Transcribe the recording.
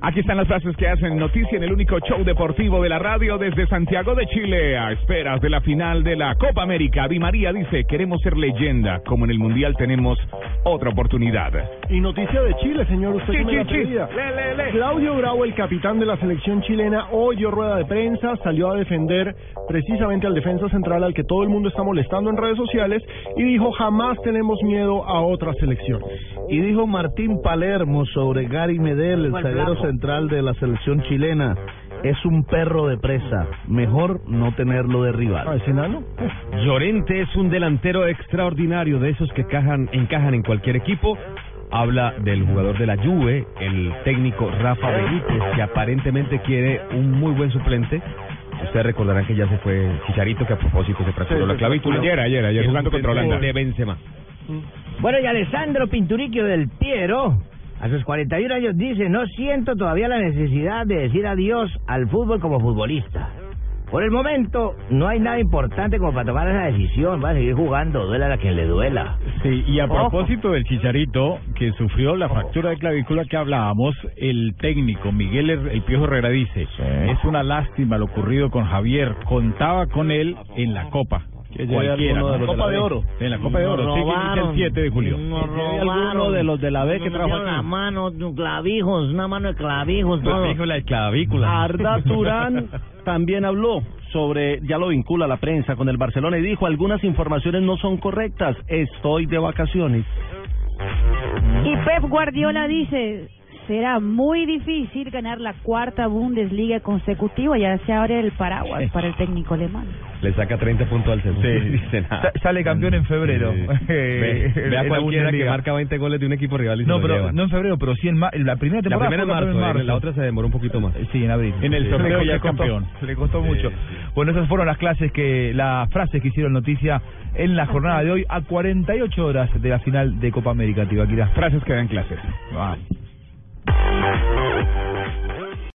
Aquí están las frases que hacen noticia en el único show deportivo de la radio desde Santiago de Chile a esperas de la final de la Copa América. Di María dice, queremos ser leyenda. Como en el Mundial tenemos otra oportunidad. Y noticia de Chile, señor, usted Chi, que me la chi, chi. pedía. Le, le, le. Claudio Bravo, el capitán de la selección chilena, hoy dio rueda de prensa, salió a defender precisamente al defensa central al que todo el mundo está molestando en redes sociales y dijo jamás tenemos miedo a otras selecciones. Y dijo Martín Palermo sobre Gary Medel, el zaguero central de la selección chilena. Es un perro de presa. Mejor no tenerlo de Ah, rival. ¿es enano? Llorente es un delantero extraordinario de esos que cajan- encajan en cualquier equipo. Habla del jugador de la Juve, el técnico Rafa Benítez, que aparentemente quiere un muy buen suplente. Ustedes recordarán que ya se fue Chicharito, que a propósito se fracturó Sí, la sí, clavícula. Ayer, ayer, ayer, Es un jugando contra Holanda. De Benzema. Bueno, y Alessandro Pinturicchio del Piero, a sus 41 años, dice, no siento todavía la necesidad de decir adiós al fútbol como futbolista. Por el momento, no hay nada importante como para tomar esa decisión. Va a seguir jugando, duela a quien le duela. Sí, y a Ojo. propósito del Chicharito, que sufrió la fractura de clavícula que hablábamos, el técnico Miguel Her- El Piojo Herrera dice, es una lástima lo ocurrido con Javier, contaba con él en la Copa. Cualquiera, alguno de ¿no? los de la B. En la Copa de Oro, Nos sí, que inicia robaron, el 7 de julio. nos Que llegue robaron. alguno de los de la B que Nos trajo metieron la acá. mano, clavijos, una mano de clavijos, todo. Clavícula de Ah, clavícula. Arda Turán también habló sobre, ya lo vincula la prensa con el Barcelona y dijo, algunas informaciones no son correctas. Estoy de vacaciones. Y Pep Guardiola dice, será muy difícil ganar la cuarta Bundesliga consecutiva, ya se abre el paraguas para el técnico alemán. Le saca 30 puntos al Celta. dice nada. Sale campeón en febrero. Eh, Ve, ve a cualquiera que marca 20 goles de un equipo rival y se lo llevan. en febrero, pero sí en la primera La primera en marzo, eh, la otra se demoró un poquito más. Sí, en abril. En el Sí. torneo Creo ya que costó- campeón. Le costó Sí, mucho. sí. Bueno, esas fueron las clases que, las frases que hicieron noticia en la jornada de hoy a 48 horas de la final de Copa América, Tibaquira. Frases que dan clases. Ah. Vamos.